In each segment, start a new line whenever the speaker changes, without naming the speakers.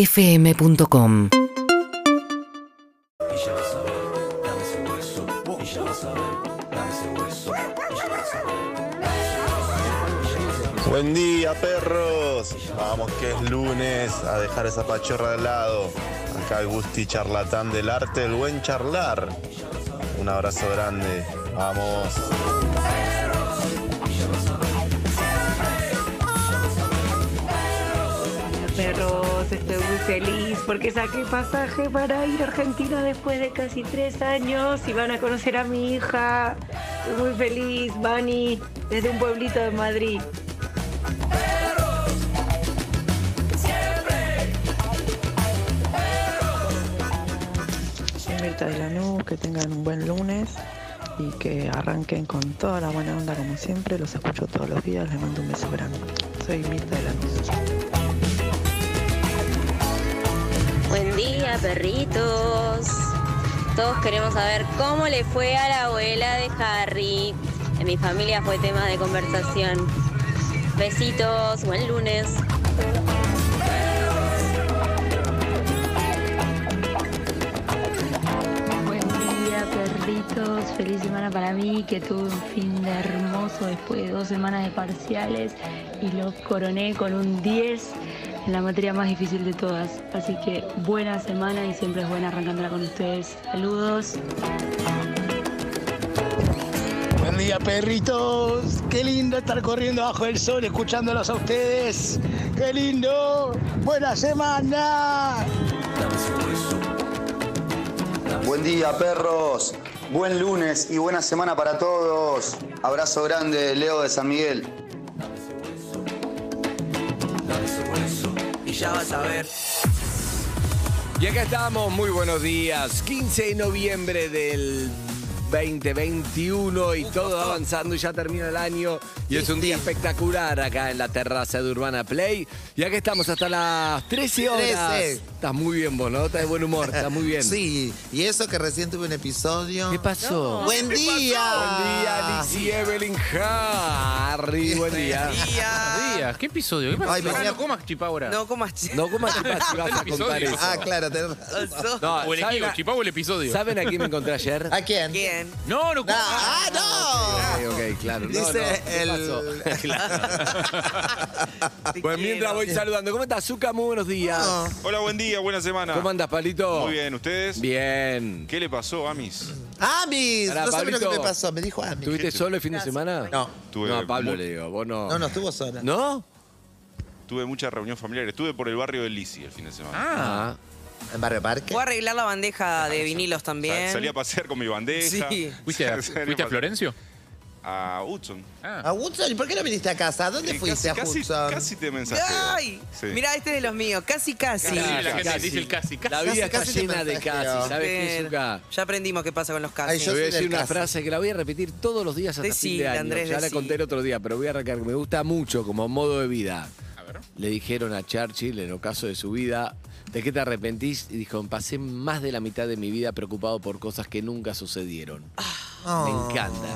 urbanaplayfm.com
Buen día, perros. Vamos que es lunes a dejar esa pachorra de lado. Acá el Gusti charlatán del arte, el buen charlar. Un abrazo grande. Vamos.
Perros, estoy muy feliz porque saqué pasaje para ir a Argentina después de casi tres años y van a conocer a mi hija. Estoy muy feliz, Bani, desde un pueblito de Madrid.
Mirta de la Lanús, que tengan un buen lunes y que arranquen con toda la buena onda como siempre. Los escucho todos los días, les mando un beso grande. Soy Mirta de la Lanús.
Buen día, perritos. Todos queremos saber cómo le fue a la abuela de Harry. En mi familia fue tema de conversación. Besitos, buen lunes.
Buen día, perritos. Feliz semana para mí, que tuve un fin de hermoso después de dos semanas de parciales y lo coroné con un 10 en la materia más difícil de todas. Así que buena semana y siempre es buena arrancándola con ustedes. Saludos.
Buen día, perritos. Qué lindo estar corriendo bajo el sol, escuchándolos a ustedes. Qué lindo. Buena semana.
Buen día, perros. Buen lunes y buena semana para todos. Abrazo grande, Leo de San Miguel.
Y ya vas a ver. Y acá estamos, muy buenos días. 15 de noviembre del 2021 y todo va avanzando y ya termina el año. Y es un día espectacular acá en la terraza de Urbana Play. Y acá estamos hasta las 13 horas.
13.
Estás muy bien vos, ¿no? Estás de buen humor, estás muy bien.
Sí, y eso que recién tuve un episodio.
¿Qué pasó?
¡Buen día! Ah,
Buen día, Lizzy Evelyn Harry. Buen día.
Buenos días. ¿Qué episodio? ¿Qué pasa?
Ay, me
Ah,
tenía-
no comas chipá ahora.
No comas chi-
No, ¿cómo te vas a contar
episodio.
eso?
Ah, claro, tenés razón.
Oso.
No,
o el
¿saben
equipo,
a-
chipá o el episodio.
¿Saben a quién me encontré ayer?
¿A quién?
¿Quién?
No, no
No,
comas.
¡Ah,
Ok,
no!
ok, claro. No, no,
Dice
¿qué
el.
pasó?
Te
Pues mientras
quiero.
voy saludando. ¿Cómo estás, Zuka? Muy buenos días.
No.
Hola, buen día, buena semana.
¿Cómo andas, Palito?
Muy bien, ¿ustedes?
Bien.
¿Qué le pasó, Amis?
¡Amis!
Pará,
No sabes lo que
Pablito.
me pasó, me dijo Amis.
¿Estuviste solo el fin de semana?
No,
Tuve
no, a Pablo
mu-
le digo. Vos no.
no, no estuvo sola.
¿No?
Tuve mucha reunión familiar. Estuve por el barrio de Lisi el fin de semana.
Ah.
¿En Barrio Parque?
Voy a arreglar la bandeja de vinilos también.
Sa- Salí a pasear con mi bandeja.
Sí.
¿Fuiste a,
Salí a
fuiste a
pasear.
Florencio?
A Hudson.
¿A Woodson? Ah, ¿Y por qué no viniste a casa? ¿A dónde
Eh,
fuiste
casi,
a
casi,
Woodson?
casi te mensaje.
¡Ay!
Sí.
Mirá, este es de los míos. Casi, casi.
Sí, la gente
casi.
Ah, dice el casi, casi.
La vida
Casi,
está
casi te
llena de
mensajeo.
casi. ¿Sabes qué,
Bien.
Zuka?
Ya aprendimos qué pasa con los casos.
Ay,
Te
Yo
voy a
soy del
decir una
casi.
frase que la voy a repetir todos los días hasta
Decí,
fin de año.
Andrés,
ya la
decí.
conté el otro día, pero voy a arrancar. Me gusta mucho como modo de vida.
A ver.
Le dijeron a Churchill en ocaso de su vida, ¿de qué te arrepentís? Y dijo, pasé más de la mitad de mi vida preocupado por cosas que nunca sucedieron. Me encanta.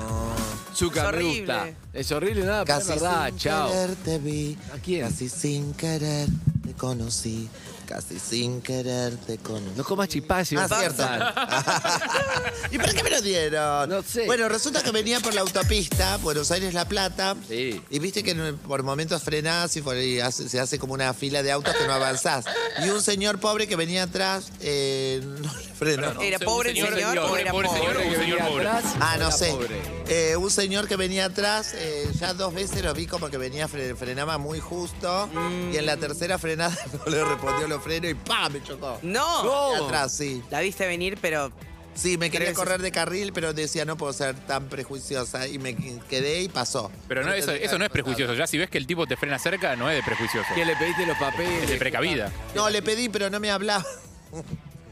Ah.
Zucca,
Es
me
horrible.
gusta. Es horrible, nada, pero es
Casi
verdad,
sin
chao.
querer te vi.
¿A quién?
Casi sin querer te conocí. Casi sin querer te conocí.
No comas chipás si
Ah,
vas a
cierto.
pasar.
¿Y por qué me lo dieron?
No sé.
Bueno, resulta que venía por la autopista, Buenos Aires-La Plata.
Sí.
Y viste que en- por momentos frenás y, por- y hace- se hace como una fila de autos que no avanzás. Y un señor pobre que venía atrás eh, no le frenó.
Era
Un
pobre el
señor,
señor, o
pobre,
era
pobre
pobre.
señor.
Pobre que
un
venía
pobre.
atrás,
Ah, no
era
sé.
pobre.
Eh, un señor que venía atrás, eh, ya dos veces lo vi como que venía, fre- frenaba muy justo. Y
Mm.
en la tercera frenada no le respondió los frenos y ¡pam! me chocó.
No.
De Atrás, sí.
La viste venir, pero
Sí, me quería
Tres.
correr de carril, pero decía no puedo ser tan prejuiciosa. Y me quedé y pasó.
Pero no, eso,
tendría que
eso no
haber
es prejuicioso.
pasado.
Ya si ves que el tipo te frena cerca, no es de prejuicioso.
¿Qué le pediste los papeles?
Es de precavida.
No, le pedí, pero no me hablaba.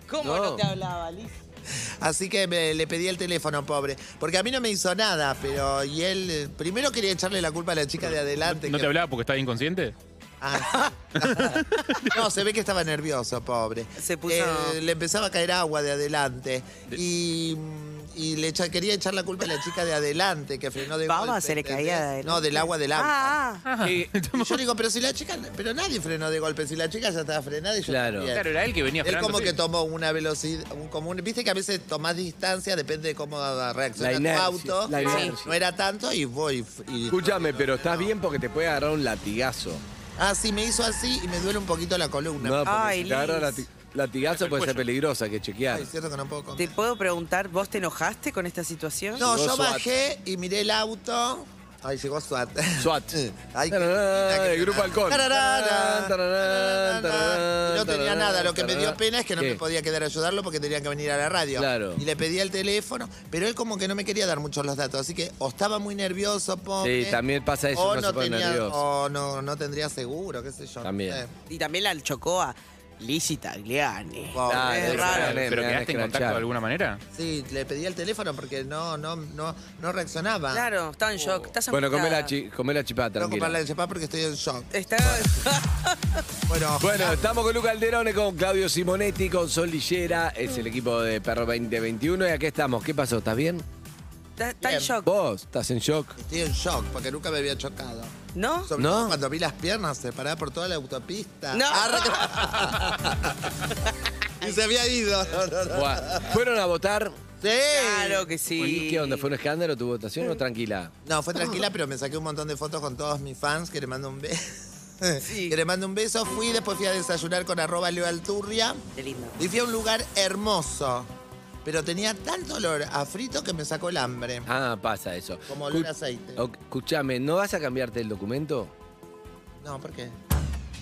¿cómo
No.
no, te hablaba, Liz?
Así que me- le pedí el teléfono, pobre. Porque a mí no me hizo nada, pero. Y él. eh, Primero quería echarle la culpa a la chica de adelante.
¿No
que- Ah.
te hablaba porque estaba inconsciente?
No, se ve que estaba nervioso, pobre. Se puso... le empezaba a caer agua de adelante. Y, y le echa- quería echar la culpa a la chica de adelante, que frenó de
Baba
golpe.
se le
¿entendés?
caía de adelante.
No, del agua del auto.
Ah.
Y- y yo digo, pero si la chica, pero nadie frenó de golpe, si la chica ya estaba frenada y yo
Claro.
también.
Claro, era él que venía
Él
frenando,
como
sí.
que tomó una velocidad, un, como un- viste que a veces tomás distancia, depende de cómo reacciona
La inercia,
tu auto.
la
Sí.
inercia.
No era tanto y voy. y-
Escúchame, pero estás bien porque te puede agarrar un latigazo.
Ah, sí, me hizo así y me duele un poquito la columna.
No, porque
Ay,
si te agarra
Liz.
lati- latigazo puede ser peligrosa, que chequear.
Es cierto que no puedo comer.
¿Te puedo preguntar, vos te enojaste con esta situación?
No, yo bajé y miré el auto. Ay, llegó SWAT.
SWAT.
Ay, qué linda que
El grupo
suena.
Halcón.
Tararara,
Tararán, tararán,
Y
tararán,
No tenía
tararán,
nada, lo que me dio
tararán.
pena es que no
¿Qué?
me podía quedar a ayudarlo porque tenía que venir a la radio.
Claro.
Y le pedí el teléfono, pero él como que no me quería dar muchos los datos, así que o estaba muy nervioso, pobre.
Sí, también pasa eso,
o
uno se pone
tenía-
nervioso.
O no, no tendría seguro, qué sé yo. Eh, no
También.
sé.
Y también la chocó a Lizzy Tagliani.
Pobre.
Ah,
es
pero-
raro.
¿Pero
me van a
quedaste en contacto
escrachar.
de alguna manera?
Sí, le pedí el teléfono porque no, no, no, no reaccionaba.
Claro, está en shock. Estás
Bueno, comé la,
angustiada.
chi- comé la chipá,
Tengo que
tranquila.
comprarle el chapá porque estoy en shock.
Está...
Bueno,
Bueno, estamos con Luca Alderone, con Claudio Simonetti, con Sol Lillera, es el equipo de Perro 2021 y aquí estamos. ¿Qué pasó? ¿Estás bien?
Está, está en shock.
¿Vos? ¿Estás en shock?
Estoy en shock porque nunca me había chocado.
¿No?
Sobre
¿No?
todo cuando vi las piernas separadas por toda la autopista.
No.
Arre- y se había ido. No, no, no.
Buah. ¿Fueron a votar?
Sí.
Claro que
¿Y
sí.
qué onda? ¿Fue un escándalo tu votación o tranquila?
No, fue tranquila, pero me saqué un montón de fotos con todos mis fans que le mando un beso.
Sí.
Que le mando un beso. Fui, después fui a desayunar con arroba Leo Alturria.
Qué lindo.
Y fui a un lugar hermoso. Pero tenía tanto olor a frito que me sacó el hambre.
Ah, pasa eso.
Como olor
Cu-
a aceite.
Ok, Escuchame, ¿no vas a cambiarte el documento?
No, ¿por qué?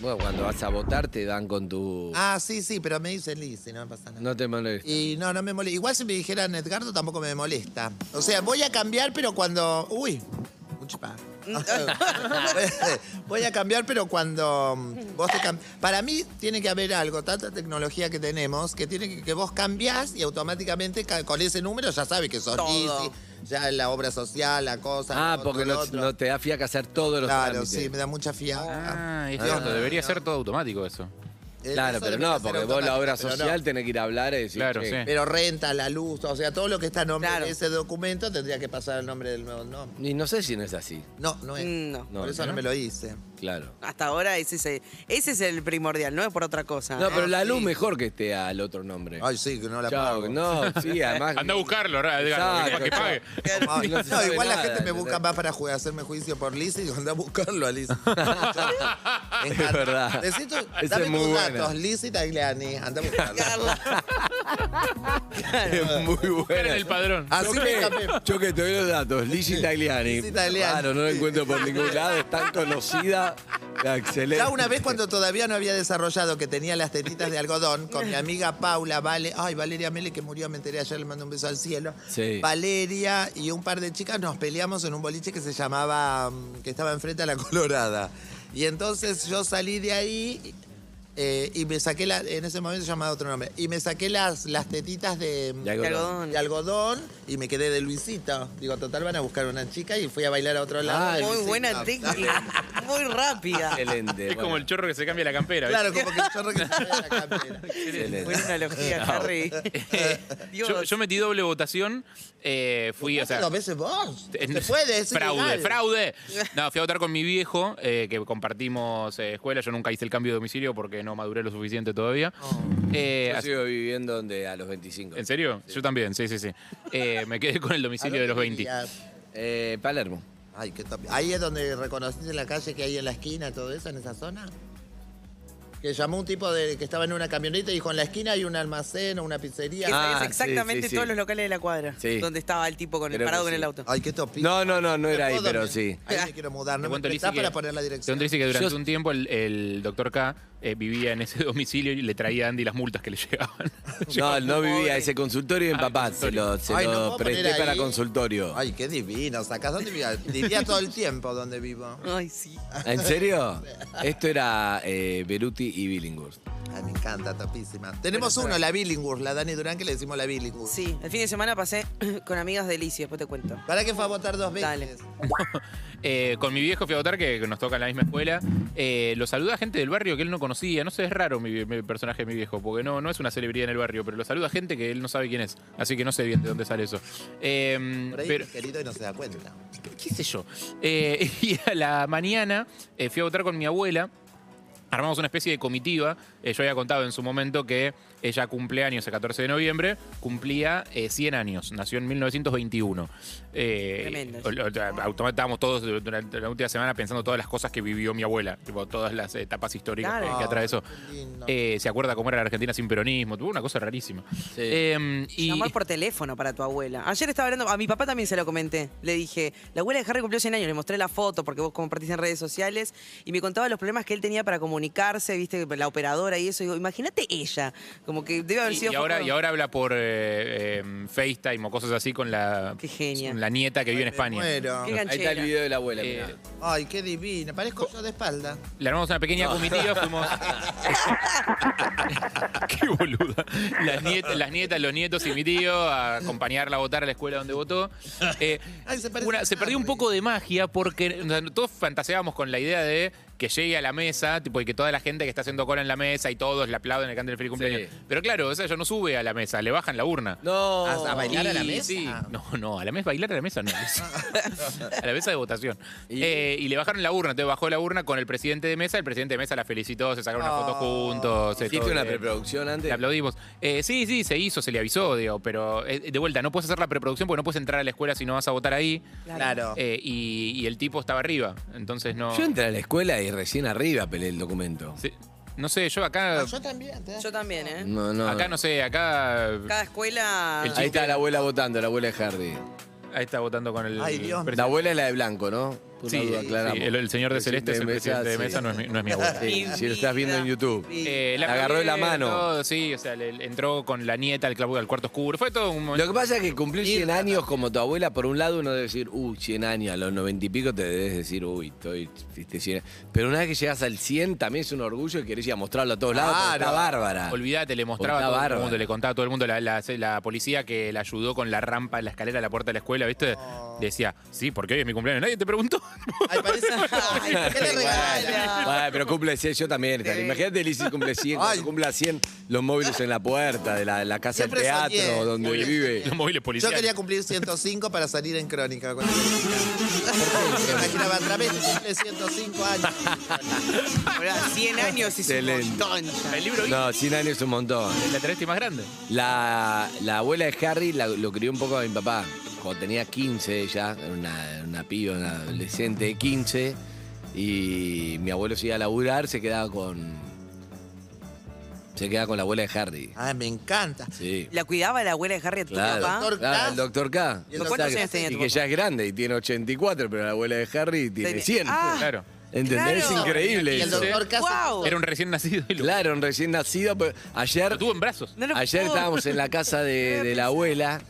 Bueno, cuando vas a votar te dan con tu...
Ah, sí, sí, pero me dicen Liz y no me pasa nada.
No te molestes.
Y no, no me molesta. Igual si me dijeran Edgardo tampoco me molesta. O sea, voy a cambiar, pero cuando. Uy, un chipá. voy a cambiar, pero cuando vos te cam- Para mí tiene que haber algo, tanta tecnología que tenemos, que tiene que, que vos cambiás y automáticamente ca- con ese número ya sabes que sos
Todo.
Lizzy, ya la obra social, la cosa.
Ah,
lo otro,
porque
lo
no,
otro.
no te da fiaca hacer todos los
Claro,
trámites.
sí, me da mucha fiaca.
Ah, es cierto, debería ser todo automático eso.
Eh,
Claro,
eso
pero
debería
no,
ser
porque vos la obra
automático, pero no.
social tenés que ir a hablar y decir...
Claro,
che,
sí.
Pero renta, la luz, o sea, todo lo que está a nombre
Claro.
de ese documento tendría que pasar el nombre del nuevo nombre.
Y no sé si no es así,
No, no es.
Mm, No.
No,
Por eso no
¿no?
me lo hice.
claro.
Ah,
Hasta ahora ese es, el, ese es el primordial, no es por otra cosa.
No, pero la luz
Sí.
mejor que esté al otro nombre.
Ay, sí, que no la
Chau,
pago.
no, sí, además...
Anda a buscarlo, ¿verdad, Edgardo,
Exacto,
que pague.
chau.
Ay,
No
no,
se sabe
igual la
nada,
gente me busca
¿entendés?
más para ju- hacerme juicio por Lizzy y anda a buscarlo a Lizzy.
Es verdad.
Decí tu-
Esa es
dame
muy
tus
buena.
datos, Lizzy Tagliani. Anda a buscarlo.
Carla.
Es muy
Buscar en
buena.
el padrón.
Así
Choque,
me escapé.
choque, te doy los datos. Lizzy Tagliani.
Lizzy Tagliani.
Claro, no la encuentro por ningún lado. Es tan conocida. Excelente.
Ya una vez cuando todavía no había desarrollado que tenía las tetitas de algodón, con mi amiga Paula, Vale, ay, Valeria Mele que murió, me enteré ayer, le mando un beso al cielo.
Sí.
Valeria y un par de chicas nos peleamos en un boliche que se llamaba, mm, que estaba enfrente a la Colorada. Y entonces yo salí de ahí eh, y me saqué, la, en ese momento se llamaba otro nombre, y me saqué las, las tetitas de, mm,
De algodón.
De algodón.
de algodón y me quedé de Luisito. Digo, total, van a buscar una chica y fui a bailar a otro lado.
Ah, el
Muy
Luisito.
buena técnica, muy rápida.
Excelente.
Es como
bueno.
el chorro que se cambia la campera. ¿viste?
Claro, como que el chorro que se ve en la campera.
Excelente.
Buena analogía, Harry. Dios.
Yo, yo metí doble votación, eh, fui, o sea...
dos veces vos.
Eh,
Se puede, es
Fraude,
ilegal.
fraude. No, fui a votar con mi viejo, eh, que compartimos eh, escuela. Yo nunca hice el cambio de domicilio porque no maduré lo suficiente todavía. Eh,
Yo
así-
sigo viviendo donde a los 25.
¿En serio? Yo también, sí, sí, sí. Eh, me quedé con el domicilio de los 20.
Eh, Palermo.
Ay, qué top. Ahí es donde reconociste la calle que hay en la esquina, todo eso, en esa zona. Que llamó un tipo de, que estaba en una camioneta y dijo, en la esquina hay un almacén o una pizzería.
Ah,
Esa
sí,
es exactamente
sí, sí.
todos los locales de la cuadra.
Sí.
Donde estaba el tipo con el
Creo que
parado con
sí.
el auto.
Ay, qué top.
No, no, no, no
¿Me
era ahí,
puedo
pero
dormir?
sí.
Ahí me quiero mudar,
Te
no me
cuento, Lizzy,
prestás
que-
para poner la
Te
dirección.
cuento, Lizzy, que durante
Yo-
un tiempo el, el doctor K eh, vivía en ese domicilio y le traía a Andy las multas que le llegaban.
No, él no vivía ese consultorio y
Ah,
mi papá se lo, se
Ay,
lo
no puedo poner
presté para
ahí.
consultorio.
Ay, qué divino. ¿Sacás dónde vivía? Diría todo el tiempo dónde vivo.
Ay, sí.
¿En serio? Esto era eh, Beruti y Billinghurst.
Ay, me encanta, topísima. Tenemos uno, la Billinghurst, la Dani Durán, que le decimos la Billinghurst.
Sí, el fin de semana pasé con amigas de Lizzie, después te cuento.
¿Para qué fue a votar dos veces?
Dale.
Eh, con mi viejo fui a votar, que nos toca en la misma escuela. Eh, lo saluda gente del barrio que él no conocía. No sé, es raro mi, mi personaje, mi viejo, porque no, no es una celebridad en el barrio, pero lo saluda gente que él no sabe quién es. Así que no sé bien de dónde sale eso. Eh,
Por ahí
pero,
es querido y no se da cuenta.
qué sé yo. Eh, y a la mañana eh, fui a votar con mi abuela. Armamos una especie de comitiva. Eh, yo había contado en su momento que ella cumple años el 14 de noviembre, cumplía eh, 100 años, nació en 1921. Eh,
Tremendo.
o- o sea, automáticamente estábamos todos durante la última semana pensando todas las cosas que vivió mi abuela, tipo, todas las etapas históricas que-
Claro.
que atravesó. Eh, se acuerda cómo era la Argentina sin peronismo, tuvo una cosa rarísima. Eh, y,
Llamar por teléfono para tu abuela. Ayer estaba hablando, a mi papá también se lo comenté. Le dije, la abuela de Harry cumplió 100 años, le mostré la foto porque vos compartís en redes sociales y me contaba los problemas que él tenía para comunicarse, viste, la operadora y eso. Digo, imagínate ella, como que debe haber
Y-
sido...
y, ahora,
foto-
y ahora habla por eh, eh, FaceTime o cosas así con la,
Qué genia.
con la nieta que vive en España.
Bueno.
Qué
Ahí está el
ganchera.
video de la abuela,
Eh,
mirá.
Ay, qué divina. Parezco yo de espalda.
Le armamos una pequeña
No.
comitiva, fuimos. Qué boluda. Las, niet- las nietas, los nietos y mi tío a acompañarla a votar a la escuela donde votó. Eh,
Ay, se parece Ah,
una-
a
se perdió un
Harry.
poco de magia porque o sea, todos fantaseábamos con la idea de que llegue a la mesa, tipo, y que toda la gente que está haciendo cola en la mesa y todos le aplauden el canto del feliz cumpleaños.
Sí.
Pero claro, o sea, ella no sube a la mesa, le bajan la urna.
No.
¿A bailar a la
Y
mesa?
sí. No, no, a la mesa, bailar a la mesa no. a la mesa de votación. Eh,
Y-
Y, le bajaron la urna, entonces bajó la urna con el presidente de mesa, el presidente de mesa la felicitó, se sacaron una foto juntos. eh,
Ah. ¿Hiciste
todo,
una
eh,
preproducción
le
antes?
aplaudimos. Eh, sí, sí, se hizo, se le avisó, digo, pero eh, de vuelta, no puedes hacer la preproducción porque no puedes entrar a la escuela si no vas a votar ahí.
Claro.
Eh, y, y el tipo estaba arriba, entonces no.
Yo entré a la escuela y recién arriba peleé el documento.
Sí. no sé, yo acá.
Ah, yo también. te das
Yo también, ¿eh?
No, no.
acá no sé, acá.
Cada escuela...
El
Ahí está la abuela votando, la abuela de Harry.
Ahí está votando con el.
Ay, Dios mío.
La abuela es la de blanco, ¿no? Por
Sí,
la duda,
sí,
aclaramos.
el, el señor de celeste es el presidente de
sí.
mesa, no es mi- no es mi abuelo.
Sí,
Mi
si lo estás viendo en
vida,
YouTube.
mi
Eh,
vida.
la- agarró de la
abuela,
mano.
todo, sí, o sea, le- le entró con la nieta al clavo del cuarto oscuro. Fue todo un
Lo
momento.
que pasa es que cumplir 100 años como tu abuela, por un lado uno debe decir, uy, 100 años, a los 90 y pico te debes decir, uy, estoy viste, 100". Pero una vez que llegas al 100 también es un orgullo y querés ir a mostrarlo a todos lados. porque
Claro.
Está bárbara.
Olvídate, le mostraba
Está
a todo el
bárbaro.
mundo, le contaba a todo el mundo, la, la- la policía que la ayudó con la rampa, la escalera, la puerta de la escuela, ¿viste? Decía, sí, porque hoy es mi cumpleaños. Nadie te preguntó.
Ay, parece. Ay, ¿Qué le regalas?
Bueno, pero cumple 100, yo también. Stanley. Imagínate, Lizzy cumple 100, cuando
Ay.
cumpla 100, los móviles en la puerta de la, la casa del
Siempre son 10.
teatro donde
Móviles
vive.
Los móviles
Yo
policiales.
quería cumplir 105 para salir en crónica. Cuando... Me imaginaba otra vez cumple 105 años.
Ahora, 100 años es un
Excelente.
montón ya.
El libro
No, 100 años es un montón.
la travesti más grande.
La, la abuela de Harry la- lo crió un poco a mi papá. Cuando tenía 15 ella, era una, una piba, una adolescente de 15, y mi abuelo se iba a laburar, se quedaba con. Se quedaba con la abuela de Harry.
Ay, Ah, me encanta.
Sí.
La cuidaba la abuela de Harry a tu
Claro,
papá.
Doctor
claro,
K.
el doctor K.
¿Y el
O
doctor
sea,
K? tenía
y
tu
que
papá?
ya es grande y tiene 84, pero la abuela de Harry tiene
Tenía-
100.
Ah,
Claro.
¿Entendés?
claro.
Es increíble.
Y el
eso.
doctor K.
Guau.
Era un recién nacido y lo,
Claro, un recién nacido. pero Ayer.
lo tuvo en brazos.
No lo
Ayer
puedo-
estábamos en la casa de, de la abuela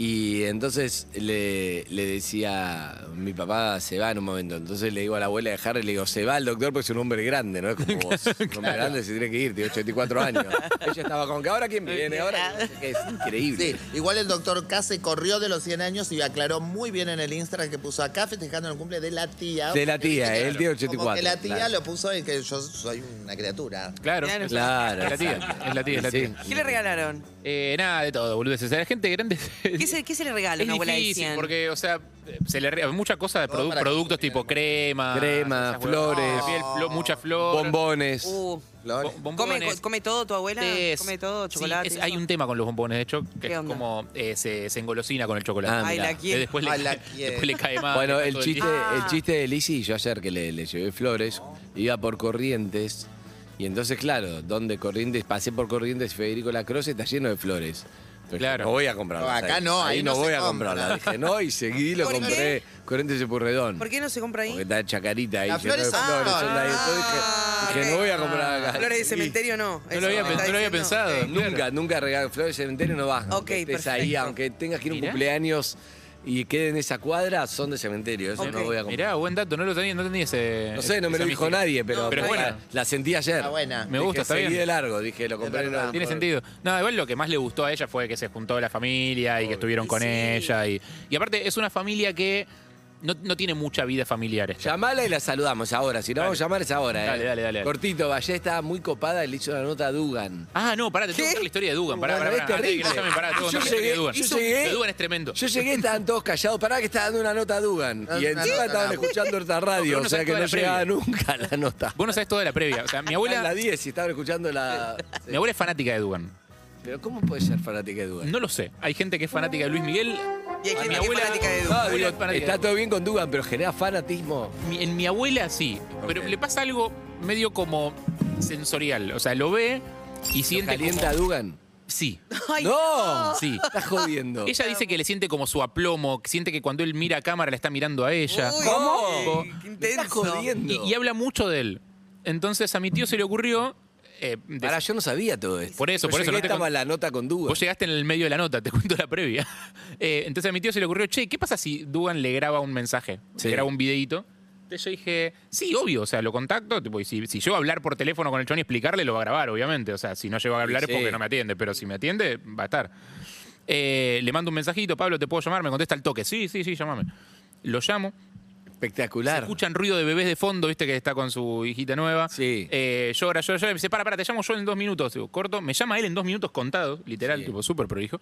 y entonces le, le decía, mi papá se va en un momento, entonces le digo a la abuela de Harry, le digo, se va el doctor porque es un hombre grande, ¿no? Es como vos, un hombre grande se tiene que ir, tiene 84 años. Ella estaba con que ahora quién viene, ahora quién viene?". es increíble.
Sí, igual el doctor K se corrió de los 100 años y aclaró muy bien en el Instagram que puso acá festejando el cumple de la tía.
De la tía,
Porque
el tío 84,
Como que la tía
claro.
lo puso en que yo soy una criatura.
Claro.
Claro.
Es
Claro.
la tía, es la tía, es la
Sí.
tía.
¿Qué le regalaron?
Eh, nada de todo, boludeces. O sea, la gente grande.
¿Qué se, qué se le regala a
Es
una abuela de
difícil
100?
porque, o sea, se le re- mucha cosa de
Todo
produ-
para que
productos
se
tipo crema,
Crema,
esas huevadas.
flores. oh,
Piel, flo- mucha flor,
Bombones.
Uh,
Flores.
bo- bombones,
¿come, ¿Come todo tu abuela?
tés.
¿Come todo?
Sí,
¿Chocolate?
es-
eso?
hay un tema con los bombones, de hecho, que
¿Qué
es
onda?
como eh, se, se engolosina con el chocolate.
Ah, Ay, mirá.
la quiero.
después, le,
Ay, la
después
quiero.
le cae mal.
Bueno,
está
el
todo
chiste,
Ah.
el chiste de Lizzy, yo ayer que le, le llevé flores, iba por Corrientes. Y entonces, claro, donde Corrientes, pasé por Corrientes, Federico Lacroze está lleno de flores. Entonces,
Claro.
No voy a comprarlas.
No, acá
ahí.
no, ahí
ahí no,
no se
voy a
compra.
comprarlas. Dije, no, y seguí, lo
¿Por qué?
compré. Corrientes de Purredón.
¿Por qué no se compra ahí?
Porque está Chacarita ahí.
Las
lleno de
flores son-
flores, son de ahí. Entonces dije,
Ah,
dije,
ok.
no voy a comprar acá.
Flores flores de cementerio no.
No lo había,
me está
pensado, no lo había pensado.
Nunca, nunca regalar flores de cementerio no va.
Ok,
aunque estés ahí,
perfecto.
aunque tengas que ir a un
Mirá.
cumpleaños y quede en esa cuadra, son de cementerio. Eso no
Ok.
voy a comprar.
Mirá, buen dato, no lo tenía, no tenía ese.
No sé, no me
Eh, esa
lo dijo
mística.
nadie, pero,
pero es
la-
buena.
la sentí ayer.
Está buena.
Me gusta,
Dije,
está
seguí
bien.
de largo, dije, lo compré. no,
Tiene
por-
sentido. No, igual lo que más le gustó a ella fue que se juntó la familia y que estuvieron con ella. Y, y aparte, es una familia que no, no tiene mucha vida familiar. esta.
Llamala y la saludamos ahora. Si la vamos a llamar es ahora.
Dale,
eh.
dale, dale, dale.
Cortito, Vallé estaba muy copada y le hizo una nota a Dugan.
Ah, no, pará, te tengo que contar la historia de Dugan. Pará,
Bueno,
pará,
es
pará. antes de que la
terrible.
llamen, pará, te tengo que
Yo
contar la historia de
llegué-
Dugan.
yo llegué-
Lo de Dugan es tremendo.
Yo llegué, estaban todos callados. Pará, que estaba dando una nota a Dugan.
Dando
y
una
encima
nota,
estaban
la-
escuchando otra
Porque uno
radio, o sea
sabe
que
toda
no
la previa.
llegaba nunca la nota.
Vos no sabés toda la previa. O sea, mi
Era la
abuela,
10 y estaban escuchando la.
mi abuela es fanática de Dugan.
Pero ¿cómo puede ser fanática de Dugan?
No lo sé. Hay gente que es fanática de Luis Miguel.
Y hay gente
mi
que es
abuela- Ah,
fanática de
No,
Dugan.
abuela
digo,
es fanática de
está
Dugan.
todo bien con Dugan, pero genera fanatismo.
Mi- en mi abuela sí, pero
Ok.
le pasa algo medio como sensorial. O sea, lo ve y
¿Lo
siente.
calienta
como-
a Dugan?
Sí.
Ay,
¡No!
Sí.
Estás jodiendo.
Ella dice que le siente como su aplomo, que siente que cuando él mira a cámara la está mirando a ella.
Uy,
¿Cómo?
qué
Me estás
intenso.
jodiendo.
Y, y habla mucho de él. Entonces a mi tío se le ocurrió. eh, de-
Ahora, yo no sabía todo esto.
Por eso,
Yo
por eso,
llegué,
no te
estaba
con-
la nota con Dugan.
Vos llegaste en el medio de la nota, te cuento la previa. Eh, entonces a mi tío se le ocurrió, che, ¿qué pasa si Dugan le graba un mensaje?
Sí.
Le graba un videito. Entonces yo dije, sí, obvio, o sea, lo contacto, tipo, y si, si yo hablar por teléfono con el chon y explicarle, lo va a grabar, obviamente. O sea, si no llego a hablar
Sí.
es porque no me atiende, pero si me atiende, va a estar. Eh, le mando un mensajito, Pablo, ¿te puedo llamar? Me contesta al toque, sí, sí, sí, llámame. Lo llamo,
Espectacular.
escuchan ruido de bebés de fondo, viste que está con su hijita nueva.
Sí.
Eh, llora, llora, llora. Me dice, para, para, te llamo yo en dos minutos. Digo, corto. Me llama él en dos minutos contados, literal,
Sí.
tipo, súper prolijo.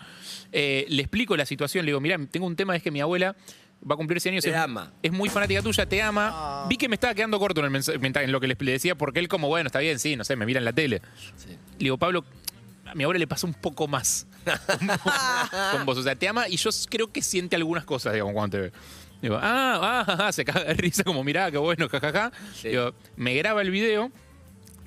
Eh, le explico la situación. Le digo, mirá, tengo un tema, es que mi abuela va a cumplir 100 años.
Te
es,
ama.
Es muy fanática tuya, te ama. Vi que me estaba quedando corto en, el mensaje, mientras- en lo que les le decía, porque él como, bueno, está bien, sí, no sé, me mira en la tele. Le digo, Pablo, a mi abuela le pasa un poco más con vos- con vos. O sea, te ama y yo creo que siente algunas cosas, digamos, cuando te ve. Digo, ah, ah, ah, ah, se caga de risa como, mirá, qué bueno, jajaja.
Sí.
Digo, me graba el video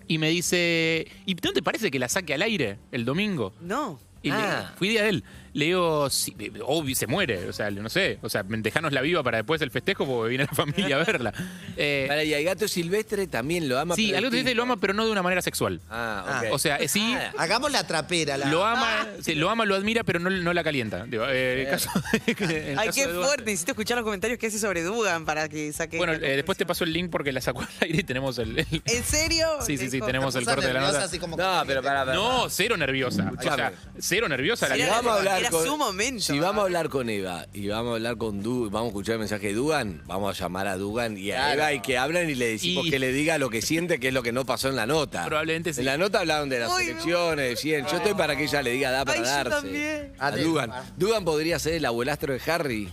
y me dice, ¿y no te parece que la saque al aire el domingo?
No.
Y le-
Ah.
fui día de él. Le digo, sí, eh, obvio, se muere, o sea, no sé. O sea, dejanos la viva para después del festejo porque viene la familia a verla. Eh,
Para, y al gato silvestre también lo ama.
sí,
pero
algo te dice,
distinto.
lo ama, pero no de una manera sexual.
Ah, ok.
O sea, eh, sí,
Ah.
Hagamos la trapera. La...
lo ama, sí, lo ama, lo admira, pero no, no la calienta. Digo, eh, el caso de- en el
Ay,
caso
qué
de Duarte-
fuerte. Necesito escuchar los comentarios que hace sobre Dugan para que saque.
Bueno,
la
eh, después te
conclusión.
paso el link porque la sacó al aire y tenemos el. el-
¿En serio?
sí, sí, sí,
Dijo,
tenemos el
Cosa
corte de la
nerviosa,
nota.
así como
No, pero pará, pará.
No, cero nerviosa. O sea,
Escuchame.
cero nerviosa la
Sí,
que-
vamos a hablar
era
con-
su momento.
Si vamos a hablar con Eva y vamos a hablar con Du, vamos a escuchar el mensaje de Dugan, vamos a llamar a Dugan y a Eva y que hablan y le decimos
Y-
que le diga lo que siente, que es lo que no pasó en la nota.
Probablemente sí.
En la nota hablaron de las
Uy, no.
elecciones, de 100. Yo estoy para que ella le diga da para
Ay, yo
darse.
también.
A Dugan. Dugan podría ser el abuelastro de Harry.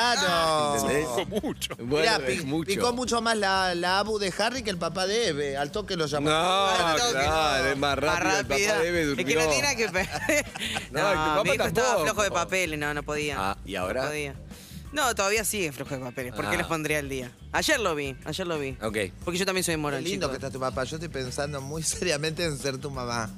Claro.
¿Entendés?
mucho.
Bueno,
Mirá, pi-
es mucho.
picó mucho más la, la abu de Harry que el papá de Eve. eh, Al toque lo llamó.
No,
Claro,
claro,
que no.
es más rápido. El papá
rápida.
de Eve
Es que no
durmió.
tiene nada que perder.
No, y tu papá
mi hijo
tampoco.
estaba flojo de papeles, no, no podía.
Ah, ¿y ahora?
No podía. No, todavía sigue flojo de papeles. ¿Por qué
Ah.
los pondría al día? Ayer lo vi, ayer lo vi.
Ok.
Porque yo también soy
Qué
morón,
lindo
chicos.
que está tu papá. Yo estoy pensando muy seriamente en ser tu mamá.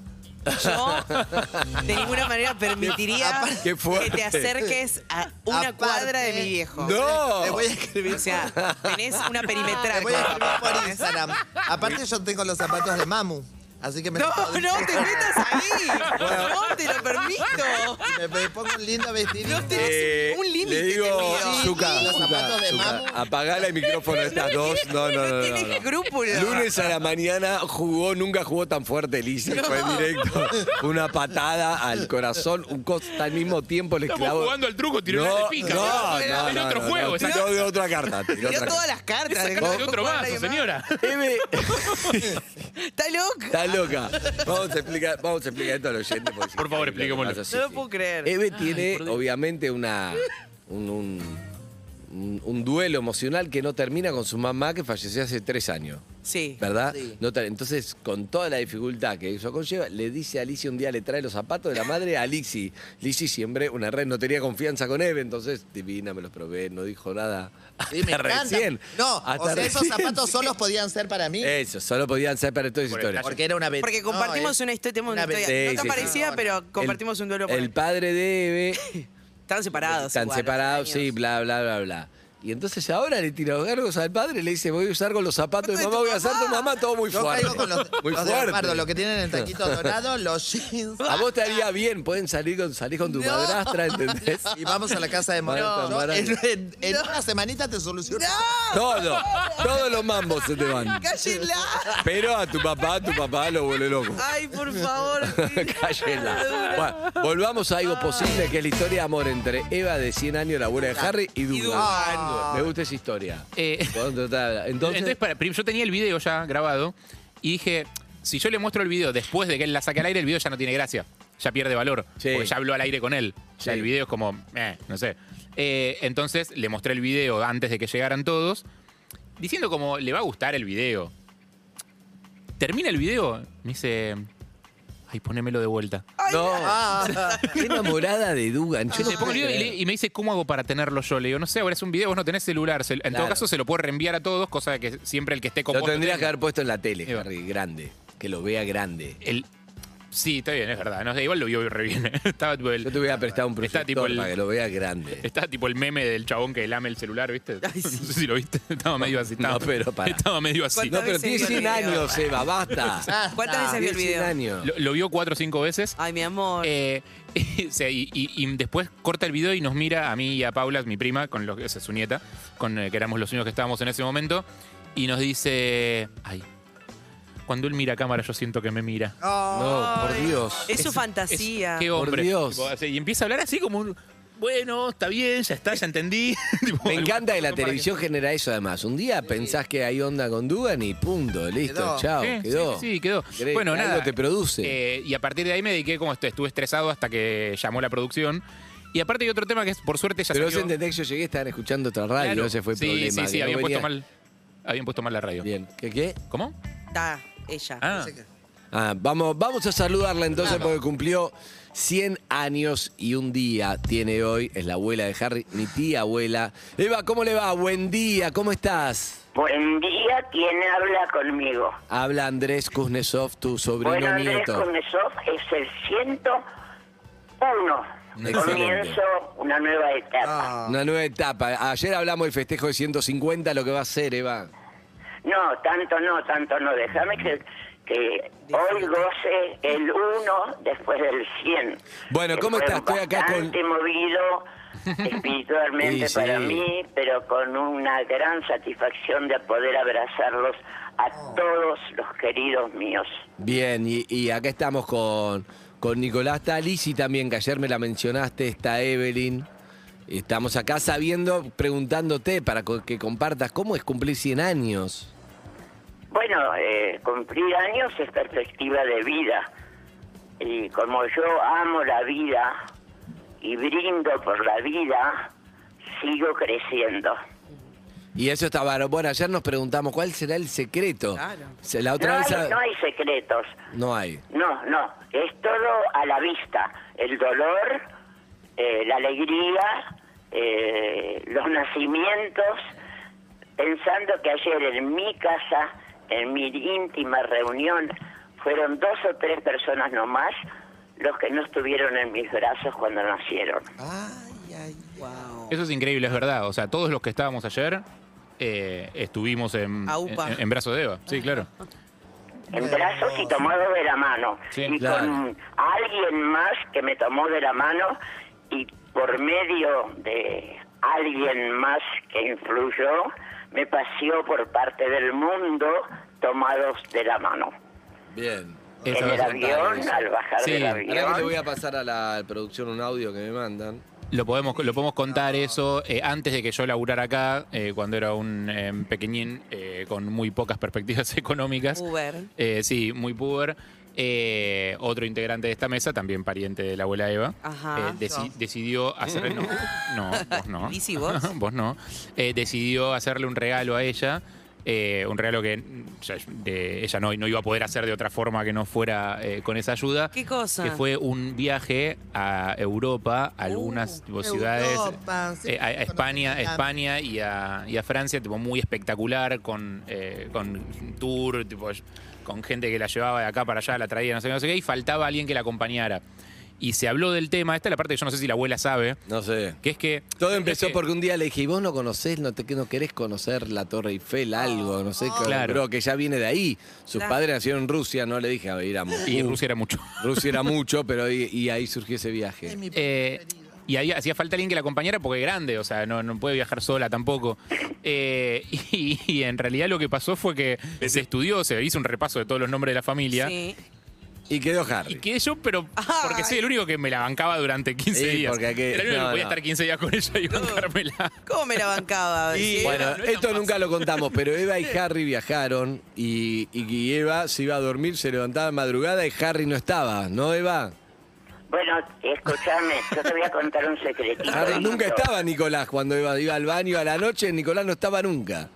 Yo de ninguna manera permitiría
Aparte-
Qué fuerte.
que te acerques a una
Aparte-
cuadra de mi viejo.
¡No!
Te voy a escribir.
O sea, tenés una perimetral.
Te voy a escribir por Instagram. Aparte yo tengo los zapatos de mamu. Así que me
No, no te metas ahí. No te lo permito.
me, me pongo un lindo vestidito.
No te-
Eh,
Un límite
Le digo,
te mido.
Zuka, Zuka,
Los zapatos de
Zuka,
mamu.
apagale el micrófono a estas dos. No, no, no, no,
Tienes
no.
escrúpulos.
Lunes a la mañana jugó, nunca jugó tan fuerte Lizzy. Fue en directo. Una patada al corazón. Un costa al mismo tiempo le
Estamos
clavó.
jugando al truco, tiró
no,
una de pica.
No,
Era-
no,
era
no,
otro
no,
juego,
no,
esa-
tiró de otra carta.
Tiró
Tiró otra
todas
carta.
las cartas.
Esa
de
cara de
vos.
otro vaso, señora.
Eve,
Está loca.
está loca. Vamos a explicar, vamos a explicar esto al oyente. porque es
Por favor,
increíble lo que
expliquémoslo.
pasa, sí,
No lo
sí.
puedo creer.
Eve tiene, obviamente, una, un, un- un- un duelo emocional que no termina con su mamá que falleció hace tres años,
Sí.
¿verdad? No ter- entonces, con toda la dificultad que eso conlleva, le dice a Alicia un día, le trae los zapatos de la madre a Lizzy. Lizzy siempre, una red, no tenía confianza con Eve, entonces, divina, me los probé, no dijo nada. Hasta
Sí, me encanta.
recién.
No,
hasta
o sea, esos
recién. Eh,
zapatos solos podían ser para mí.
Eso, solo podían ser para toda esa
Por el
historia.
Porque era una vez.
Porque compartimos una historia, tenemos una historia no
Sí,
tan
sí, sí.
parecida, pero compartimos
El-
un duelo por
El padre de Eve
Están separados.
Están
igual,
separados,
hace
sí,
años.
bla, bla, bla, bla. Y entonces ahora le tira los gargos al padre y le dice, voy a usar con los zapatos de mamá, voy a hacer tu mamá todo muy
Yo
fuerte.
caigo con los,
muy
los de
fuerte.
Leopardo, lo que tienen el taquito dorado, los jeans.
A vos te haría bien, pueden salir con, salir con tu
No.
madrastra, ¿entendés?
Y vamos a la casa de Moreno.
Marta,
Yo,
Marta.
En, en- en una semanita te soluciono.
Todo, todos los mambos se te van.
¡Cállenla!
Pero a tu papá, a tu papá lo vuelve loco.
¡Ay, por favor!
Cállenla. Bueno, volvamos a algo posible, que es la historia de amor entre Eva de 100 años, la abuela de Harry, y Dugan.
Dugan.
Me gusta esa historia.
Eh,
¿Cuándo está? Entonces,
Entonces, para- prim- yo tenía el video ya grabado y dije, si yo le muestro el video después de que él la saque al aire, el video ya no tiene gracia, ya pierde valor, porque ya habló al aire con él, ya el video es como, eh, no sé. Eh, entonces le mostré el video antes de que llegaran todos, diciendo como, le va a gustar el video. Termina el video, me dice, ay, ponémelo de vuelta.
no. Qué enamorada de Dugan.
Yo le pongo el video y, le- y me dice, ¿cómo hago para tenerlo yo? Le digo, no sé, ahora es un video, vos no tenés celular. se- en
Claro.
todo caso, se lo puede reenviar a todos, cosa de que siempre el que esté con
Lo
vos
tendrías
tenga.
que haber puesto en la tele, Harry, grande. Que lo vea grande.
El, sí, está bien, es verdad. No sé, igual lo vio re bien. ¿eh? Estaba tipo el,
Yo te voy a prestar un
está tipo
proyector
el-
para que lo vea grande.
estaba tipo el meme del chabón que lame el celular, ¿viste? No sé si lo viste. Estaba medio así. Estaba,
No, pero para.
estaba medio así.
No, pero tiene 100 años, Eva,
Ah,
basta. Ah,
¿Cuántas veces vio el
Tiene 100
video?
años.
Lo, lo vio cuatro o cinco veces.
Ay, mi amor.
Eh, o sea, y, y- y después corta el video y nos mira a mí y a Paula, mi prima, con los, esa es su nieta, con eh, que éramos los únicos que estábamos en ese momento, y nos dice, ay, cuando él mira a cámara yo siento que me mira.
Ah, No, por Dios.
es su fantasía.
Qué
Por
hombre.
Dios.
Tipo, así, y empieza a hablar así como un, bueno, está bien, ya está, ya entendí. Tipo,
Me encanta que la
algo para
televisión genera eso además. Un día pensás que hay onda con Dugan y punto, listo,
Quedó.
chao,
Sí,
quedó.
Sí, sí, quedó.
Crees
bueno,
que
nada.
algo te produce.
Eh, y a partir de ahí me dediqué como esto, estuve estresado hasta que llamó la producción. Y aparte hay otro tema que es, por suerte ya
Pero vos
salió.
entendés que yo llegué, estaban escuchando otra radio,
Claro.
ese fue el
sí,
problema.
Sí, sí,
que no
habían puesto
venía-
mal. Habían puesto mal la radio.
Bien, ¿qué qué?
¿Cómo?
Está ella.
Ah,
Ah, vamos, vamos a saludarla entonces porque cumplió 100 años y un día tiene hoy, es la abuela de Harry, mi tía abuela. Eva, ¿cómo le va? Buen día, ¿cómo estás?
Buen día, ¿quién habla conmigo?
Habla Andrés Kuznetsov, tu sobrino
bueno, Andrés
nieto.
Kuznetsov es el 101.
Excelente.
Comienzo una nueva etapa.
Una nueva etapa. Ayer hablamos del festejo de 150, lo que va a ser, Eva.
No, tanto no, tanto no. Déjame que, que hoy goce el 1 después del 100.
Bueno,
Que
¿cómo
fue
estás? Estoy acá con-
bastante movido espiritualmente
Sí,
para
sí.
mí, pero con una gran satisfacción de poder abrazarlos a todos los queridos míos.
Bien, y, y acá estamos con, con Nicolás Talisi también, que ayer me la mencionaste, está Evelyn. Estamos acá sabiendo, preguntándote para co- que compartas cómo es cumplir 100 años.
Bueno, eh, cumplir años es perspectiva de vida. Y como yo amo la vida y brindo por la vida, sigo creciendo.
Y eso está bárbaro. Bueno, ayer nos preguntamos cuál será el secreto.
Claro.
Se- La otra
No
vez.
hay,
a-
no hay secretos.
no hay.
No, no. Es todo a la vista. El dolor, eh, la alegría, eh, los nacimientos. Pensando que ayer en mi casa, en mi íntima reunión, fueron dos o tres personas nomás los que no estuvieron en mis brazos cuando nacieron.
Ay, ay. Wow.
Eso es increíble, es verdad. O sea, todos los que estábamos ayer eh, estuvimos en,
A UPA. Ah.
en, en brazos de Eva. Sí, claro.
En brazos y tomado de la mano.
Sí,
y
claro.
con alguien más que me tomó de la mano y por medio de alguien más que influyó, me paseó por parte del mundo tomados de la mano.
Bien.
Eso
en el
es
avión,
fantástico.
al bajar
Sí,
del
ahora que
Ahora que te voy
avión.
a pasar a la producción un audio que me mandan.
Lo podemos, lo podemos contar eso eh, antes de que yo laburara acá, eh, cuando era un eh, pequeñín eh, con muy pocas perspectivas económicas.
Uber.
Eh, sí, muy puber. Eh, otro integrante de esta mesa, también pariente de la abuela Eva,
Ajá.
eh, deci- decidió hacer. No, no, vos no.
¿Y si vos?
vos no. Eh, decidió hacerle un regalo a ella. eh, un regalo que mm, ya- de- ella no, no iba a poder hacer de otra forma que no fuera eh, con esa ayuda.
¿Qué cosa?
Que fue un viaje a Europa, a algunas tipo, ciudades.
Europa, sí,
eh, a, a
conozco
España, a
Milán.
España y a, y a Francia, tipo muy espectacular, con, eh, con tour, tipo, con gente que la llevaba de acá para allá, la traía, no sé, qué, no sé qué, y faltaba alguien que la acompañara. y se habló del tema. Esta es la parte que yo no sé si la abuela sabe.
No sé.
Que es que.
Todo empezó
Eh,
porque un día le dije, "Y vos no conocés, no, te, que no querés conocer la Torre Eiffel, algo, no sé, que-
Claro.
pero que ya viene de ahí. Su
Claro.
padre nació en Rusia, no le dije a ir a Moscú.
Y Rusia era mucho.
Rusia era mucho, pero y, y ahí surgió ese viaje.
Eh, y había- hacía falta alguien que la acompañara porque es grande, o sea, no, no puede viajar sola tampoco. Eh, y, y en realidad lo que pasó fue que se estudió, se hizo un repaso de todos los nombres de la familia.
Y quedó Harry.
Y quedé yo, pero porque soy el único que me la bancaba durante 15
Sí,
días.
porque hay que-
Era el único
no,
que podía
no.
estar 15 días con ella y bancármela.
¿Cómo me la bancaba?
Y
Sí.
bueno, esto nunca lo contamos, pero Eva y Harry viajaron y, y- y Eva se iba a dormir, se levantaba de madrugada y Harry no estaba, ¿no, Eva?
Bueno, escúchame, yo te voy a contar un secretito.
Harry nunca
lindo.
estaba Nicolás cuando Eva iba al baño a la noche, Nicolás no estaba nunca.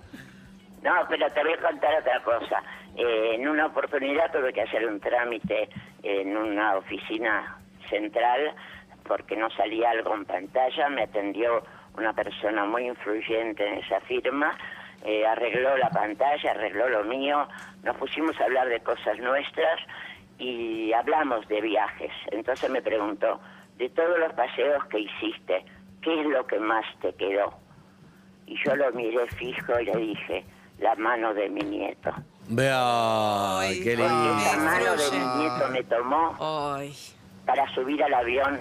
No, pero te voy a contar otra cosa. Eh, en una oportunidad tuve que hacer un trámite en una oficina central porque no salía algo en pantalla. Me atendió una persona muy influyente en esa firma. eh, arregló la pantalla, arregló lo mío. Nos pusimos a hablar de cosas nuestras y hablamos de viajes. Entonces me preguntó, de todos los paseos que hiciste, ¿qué es lo que más te quedó? Y yo lo miré fijo y le dije, la mano de mi nieto.
Vea, qué lindo.
La mano de mi nieto me tomó para subir al avión.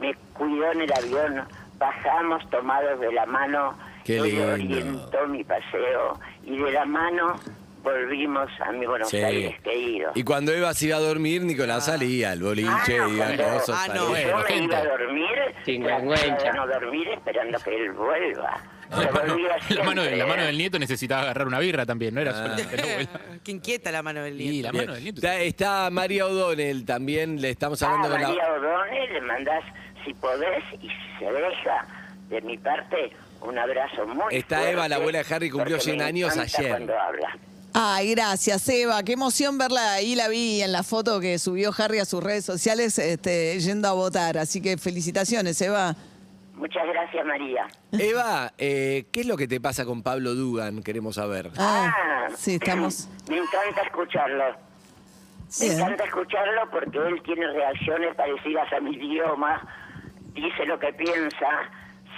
Me cuidó en el avión. Bajamos tomados de la mano.
Qué
Él
lindo.
orientó mi paseo. Y de la mano volvimos a mi Buenos
Sí.
Aires querido. Ah,
Y cuando Eva se iba a dormir, Nicolás salía al boliche y a
Cuando-
cosas.
yo
salía.
me iba a dormir, trataba de no dormir esperando que él vuelva.
Ah.
La mano,
volvía
la mano de-
siempre,
la mano
¿eh?
del nieto necesitaba agarrar una birra también,
Ah.
no era solamente la abuela.
Qué inquieta la mano del
Y
nieto.
la mano del nieto.
Está, está María O'Donnell también, le estamos hablando
Ah,
con
María
la...
O'Donnell, le mandás, si podés y si se deja, de mi parte, un abrazo muy
Está
fuerte,
Eva, la abuela de Harry, cumplió
porque me
100 años
encanta
ayer.
cuando habla.
Ay, gracias, Eva. Qué emoción verla ahí. La vi en la foto que subió Harry a sus redes sociales este, yendo a votar. Así que felicitaciones, Eva.
Muchas gracias, María.
Eva, eh, ¿qué es lo que te pasa con Pablo Dugan? Queremos saber.
Ah,
sí, estamos-
Me encanta escucharlo. Me encanta escucharlo porque él tiene reacciones parecidas a mi idioma, dice lo que piensa,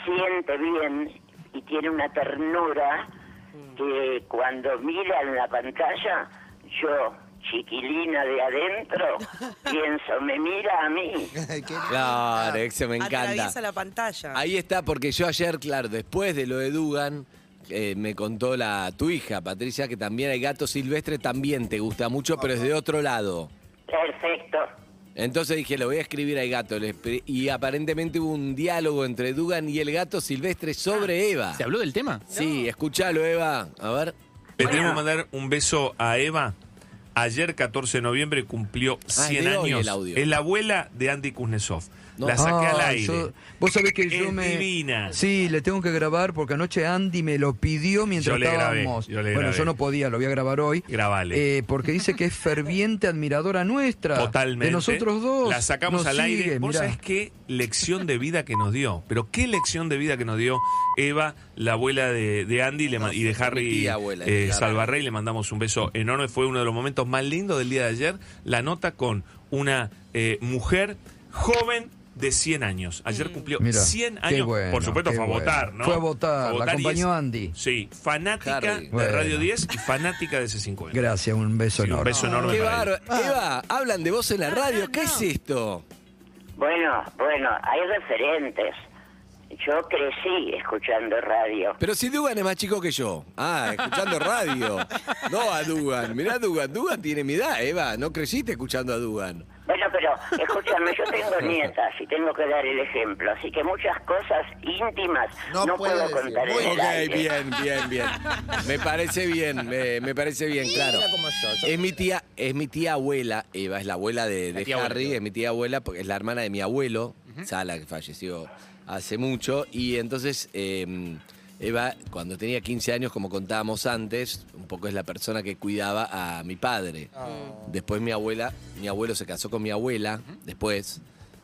siente bien y tiene una ternura que cuando mira en la pantalla, yo, chiquilina de adentro, pienso, me mira a mí.
Claro, ese me encanta.
Atraviesa la pantalla.
Ahí está, porque yo ayer, claro, después de lo de Dugan, eh, me contó la tu hija, Patricia, que también hay gato silvestre, también te gusta mucho, pero es de otro lado.
Perfecto.
Entonces dije, lo voy a escribir al gato. le escri- Y aparentemente hubo un diálogo entre Dugan y el gato silvestre sobre Eva. ¿Se
habló del tema?
Sí, escúchalo, Eva. A ver.
Le tenemos que mandar un beso a Eva. Ayer, 14 de noviembre, cumplió
es
100
de hoy
años.
el audio.
Es la abuela de Andy Kuznetsov.
No.
La saqué al
Ah,
aire.
yo- vos sabés que yo
Es
me.
divina.
Sí, le tengo que grabar porque anoche Andy me lo pidió mientras
Yo le grabé,
estábamos.
yo le
bueno,
grabé.
yo no podía, lo voy a grabar hoy.
Grabale.
Eh, porque dice que es ferviente admiradora nuestra.
Totalmente.
De nosotros dos.
La sacamos
Nos
al aire.
sigue,
Vos
mirá.
sabés qué lección de vida que nos dio. Pero qué lección de vida que nos dio Eva, la abuela de, de Andy le ma- y de Harry
tía abuela,
eh,
claro.
Salvarrey. Le mandamos un beso enorme. Fue uno de los momentos más lindos del día de ayer. La nota con una eh, mujer joven de 100 años. Ayer cumplió
Mirá,
100
qué
años.
bueno,
Por supuesto
qué
fue a
bueno.
votar, ¿no?
Fue a votar, la
y
acompañó
es-
Andy.
Sí, fanática
Harry.
de
Bueno.
Radio 10 y fanática de C50.
Gracias, un beso
un
enorme.
beso enorme
Qué
para él.
bárbaro.
Ah,
Eva, hablan de vos en la radio. ¿Qué es esto?
Bueno, bueno, hay referentes. Yo crecí escuchando radio.
Pero si Dugan es más chico que yo. Ah, escuchando radio. No a Dugan. Mirá a Dugan. Dugan tiene mi edad, Eva. No creciste escuchando a Dugan.
Bueno, pero escúchame, yo tengo nietas y tengo que dar el ejemplo, así que muchas cosas íntimas no, puedo contar en el
Ok,
aire.
bien, bien, bien. Me parece bien, me, me parece bien, claro. Es mi tía, es mi tía abuela, Eva, es la abuela de, de
La tía abuela,
Harry, es mi tía abuela, porque es la hermana de mi abuelo, Sala, que falleció hace mucho. Y entonces, eh, Eva, cuando tenía 15 años, como contábamos antes, un poco es la persona que
Ah.
cuidaba a mi padre. Después mi abuela, mi abuelo se casó con mi abuela, después.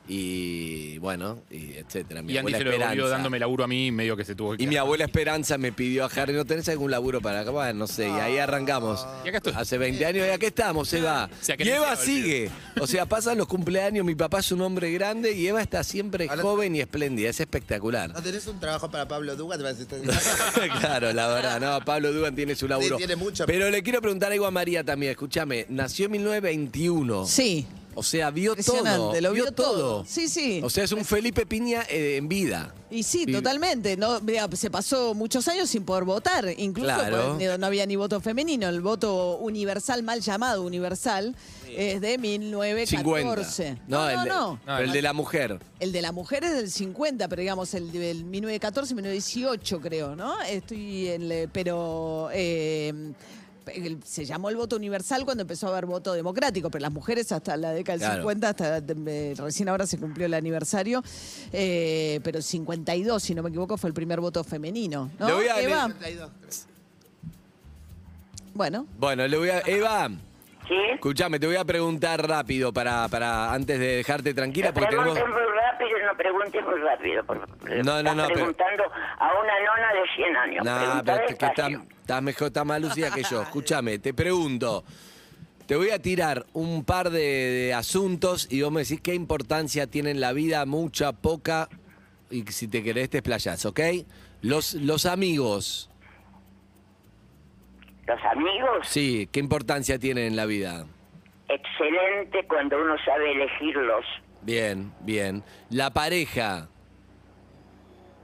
y bueno, y etcétera. Mi
Y Andy
abuela
se lo devolvió
Esperanza.
dándome laburo a mí, medio que se tuvo que
Y mi abuela Esperanza me pidió a Harry, ¿no tenés algún laburo para acá? Bueno, no sé, y ahí arrancamos. Hace 20 años y acá estamos, Eva. Y Eva sigue. O sea, pasan los cumpleaños, mi papá es un hombre grande y Eva está siempre joven y espléndida, es espectacular.
¿No tenés un trabajo para Pablo Duga? Te vas a estar-
claro, la verdad, no, Pablo Dugan tiene su laburo.
Sí, tiene mucho.
Pero le quiero preguntar algo a María también, escúchame, nació en 1921.
Sí.
O sea, vio todo.
Impresionante, lo vio todo. Sí, sí.
O sea, es un Felipe Piña eh, en vida.
Y sí,
Vive-
totalmente. No, vea, se pasó muchos años sin poder votar. Incluso
Claro.
pues, no- no había ni voto femenino. El voto universal, mal llamado universal, es de 1914.
50. No, el, de- pero el de la mujer.
El de la mujer es del 50, pero digamos, el del 1914, 1918 creo, ¿no? Estoy en le- pero eh, el- se llamó el voto universal cuando empezó a haber voto democrático, pero las mujeres hasta la década del
Claro.
50, hasta eh, recién ahora se cumplió el aniversario, eh, pero el 52, si no me equivoco, fue el primer voto femenino, ¿no?
Le voy a
Eva?
leer-
Bueno,
Bueno, le voy a. Eva. Escuchame, te voy a preguntar rápido para, para antes de dejarte tranquila porque tenemos.
Pregunten muy rápido, no pregunten muy rápido. por favor.
No, no,
Estás
no, pero.
preguntando a una nona de 100 años.
No,
Pregunta
pero es que
despacio.
estás estás mejor, estás más lucida que yo. Escúchame, te pregunto. Te voy a tirar un par de, de asuntos y vos me decís qué importancia tiene en la vida, mucha, poca, y si te querés te explayás, ¿ok? Los, los amigos.
¿Los amigos?
Sí, ¿qué importancia tienen en la vida?
Excelente cuando uno sabe elegirlos.
Bien, bien. La pareja.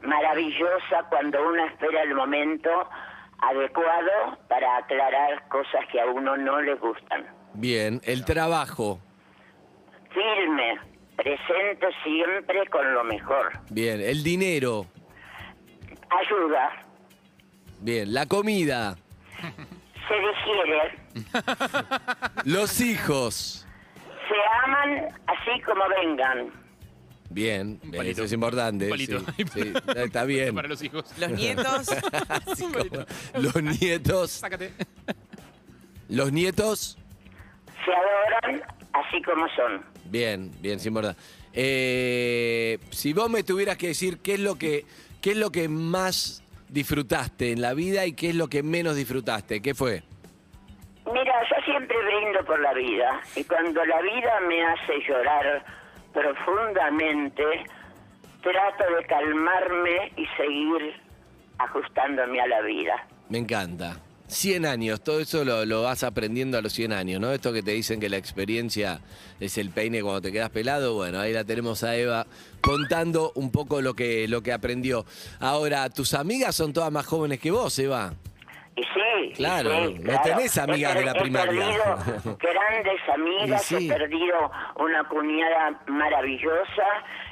Maravillosa cuando uno espera el momento adecuado para aclarar cosas que a uno no le gustan.
Bien, el trabajo.
Firme, presente siempre con lo mejor.
Bien, el dinero.
Ayuda,
Bien, la comida.
se digiere,
Los hijos.
se aman así como vengan.
Bien, bien, eso es importante.
Un palito.
sí, sí, está bien.
para los hijos.
Los nietos. Los nietos.
Sácate.
Los nietos.
Se adoran así como son.
Bien, bien, sin verdad. Eh, si vos me tuvieras que decir qué es lo que qué es lo que más disfrutaste en la vida y qué es lo que menos disfrutaste, ¿qué fue?
Mira, yo siempre brindo por la vida y cuando la vida me hace llorar profundamente, trato de calmarme y seguir ajustándome a la vida.
Me encanta. 100 años, todo eso lo, lo vas aprendiendo a los 100 años, ¿no? Esto que te dicen que la experiencia es el peine cuando te quedas pelado, bueno, ahí la tenemos a Eva contando un poco lo que, lo que aprendió. Ahora, tus amigas son todas más jóvenes que vos, Eva.
Y sí,
Claro,
y sí,
no
claro.
tenés amigas
He per-
de la
he
primaria.
perdido grandes amigas,
Y sí.
he perdido una cuñada maravillosa,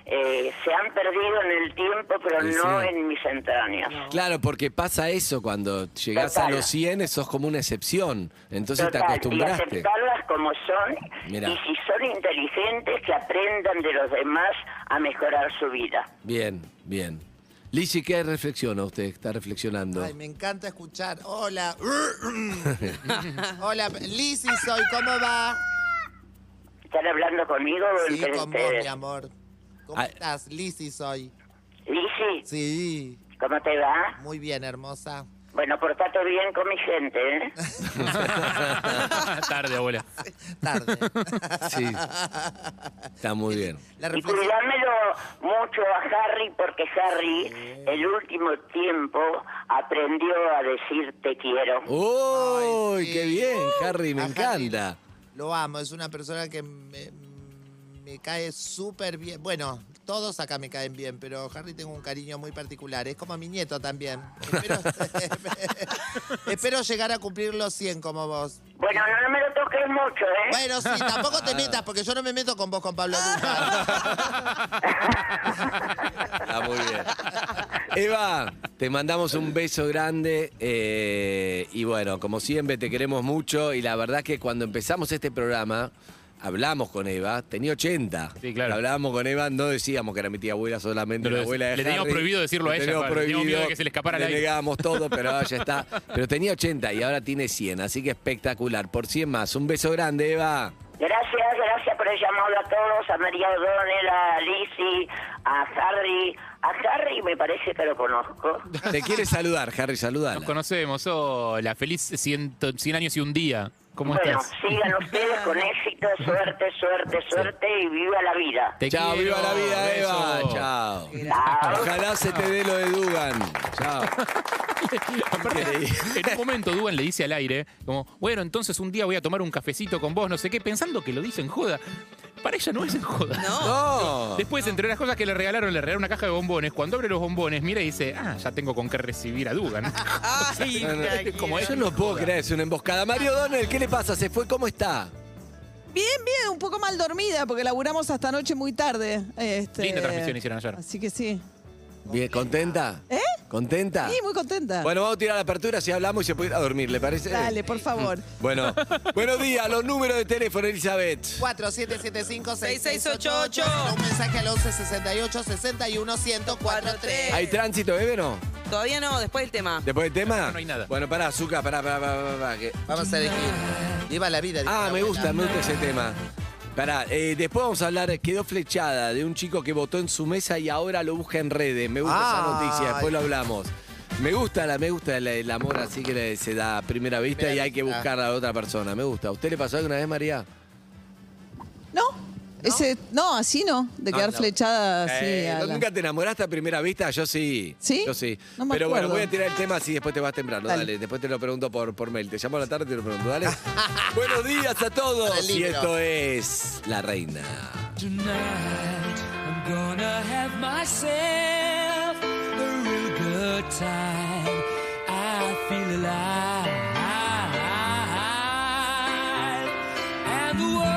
eh, se han perdido en el tiempo, pero
Y
no
sí.
en mis entrañas.
Claro, porque pasa eso cuando llegás a
Total.
los 100, sos como una excepción. Entonces
Total,
te
Y
acostumbraste.
aceptarlas como son
Mirá.
y si son inteligentes que aprendan de los demás a mejorar su vida.
Bien, bien. Lizzy, ¿qué reflexiona usted? Está reflexionando.
Ay, me encanta escuchar. Hola. Hola, Lizzy soy, ¿cómo va?
¿Están hablando conmigo este, o
Sí,
entre
con vos,
ustedes?
mi amor. ¿Cómo
Ay.
estás? Lizzy soy.
Lizzy.
Sí.
¿Cómo te va?
Muy bien, hermosa.
Bueno, portate bien con mi gente, ¿eh?
Tarde, abuela.
Tarde.
Sí. Está muy bien.
Y cuidámelo mucho a Harry, porque Harry, el último tiempo, aprendió a decir te quiero.
¡Uy, qué bien, Harry! Me
Uh, A Harry.
encanta.
Lo amo, es una persona que me, me cae súper bien. Bueno, todos acá me caen bien, pero Harry tengo un cariño muy particular. Es como mi nieto también. Espero, espero llegar a cumplir los 100 como vos.
Bueno, no, no me lo toques mucho, ¿eh?
Bueno, sí, tampoco te metas, porque yo no me meto con vos, con Pablo Duca.
Está Ah, muy bien. Eva, te mandamos un beso grande eh, y bueno, como siempre te queremos mucho y la verdad que cuando empezamos este programa hablamos con Eva, tenía 80. Sí, claro. Hablábamos con Eva, no decíamos que era mi tía abuela solamente,
No lo
la
dec-
abuela de
le teníamos
Harry.
prohibido decirlo a
Le
ella,
teníamos
claro, teníamos miedo de
prohibido,
que se le escapara
le
al aire.
negábamos todo, pero ahora ya está. Pero tenía 80 y ahora tiene 100, así que espectacular. Por 100 más, un beso grande, Eva. Gracias, gracias por el llamado a todos, a María O'Donnell, a Lizzie, a Harry. A Harry me parece que lo conozco.
Te quiere saludar, Harry, saludala.
Nos conocemos. Hola, feliz 100, 100 años y un día. ¿Cómo
bueno,
estás?
sigan ustedes con éxito, suerte, suerte, suerte y viva la vida.
Te
Chao,
quiero,
viva la vida, Eva.
beso.
Chao. Ojalá se te dé lo de Dugan. Chao.
Aparte, en un momento Dugan le dice al aire, como, bueno, entonces un día voy a tomar un cafecito con vos, no sé qué, pensando que lo dice en joda. Para ella no es en joda.
No.
Después, entre las cosas que le regalaron, le regalaron una caja de bombones. Cuando abre los bombones, mira y dice, ah, ya tengo con qué recibir a Dugan.
Ay,
no, no, como es,
Yo no puedo creer, es una emboscada. Mario Donner, ¿qué le pasa? ¿Se fue? ¿Cómo está?
Bien, bien, un poco mal dormida porque laburamos hasta noche muy tarde. Este,
Linda transmisión hicieron ayer.
Así que sí.
Bien, ¿contenta?
¿Eh?
¿Contenta?
Sí, muy contenta.
Bueno, vamos a tirar la apertura, si hablamos y se puede ir a dormir, ¿le parece?
Dale, por favor.
Bueno, buenos días, los números de teléfono, Elizabeth.
4775-6688. Un mensaje al 1168-61-1043.
¿Hay tránsito, bebé, no?
Todavía no, después del tema.
¿Después del tema?
No hay nada.
Bueno, pará, Azúcar, pará, pará, pará, pará, pará, que-
Vamos a elegir. Viva Ah. la vida. dijo
Ah,
la
me
abuela.
gusta, me gusta ese tema. Pará, eh, después vamos a hablar, quedó flechada de un chico que votó en su mesa y ahora lo busca en redes. Me gusta esa
Ay.
noticia, después lo hablamos. Me gusta, la, me gusta el, el amor así que le- se da a primera vista
Primera
y hay que
vista.
buscar a la otra persona. Me gusta. ¿A usted le pasó alguna vez, María?
¿No? Ese, no, así no, de
No,
quedar
no.
flechada así.
Eh,
a
¿no-
la-
¿Nunca te enamoraste a primera vista? Yo sí.
¿Sí?
Yo sí.
No me
Pero bueno,
acuerdo.
voy a tirar el tema así después te vas temprano. Dale.
Dale.
Después te lo pregunto por, por mail. Te llamo a la tarde y te lo pregunto. Dale. Buenos días a
Para
todos.
el
Y
libro.
esto es La Reina.
Tonight, I'm gonna have myself a real good time. I feel alive. And the world.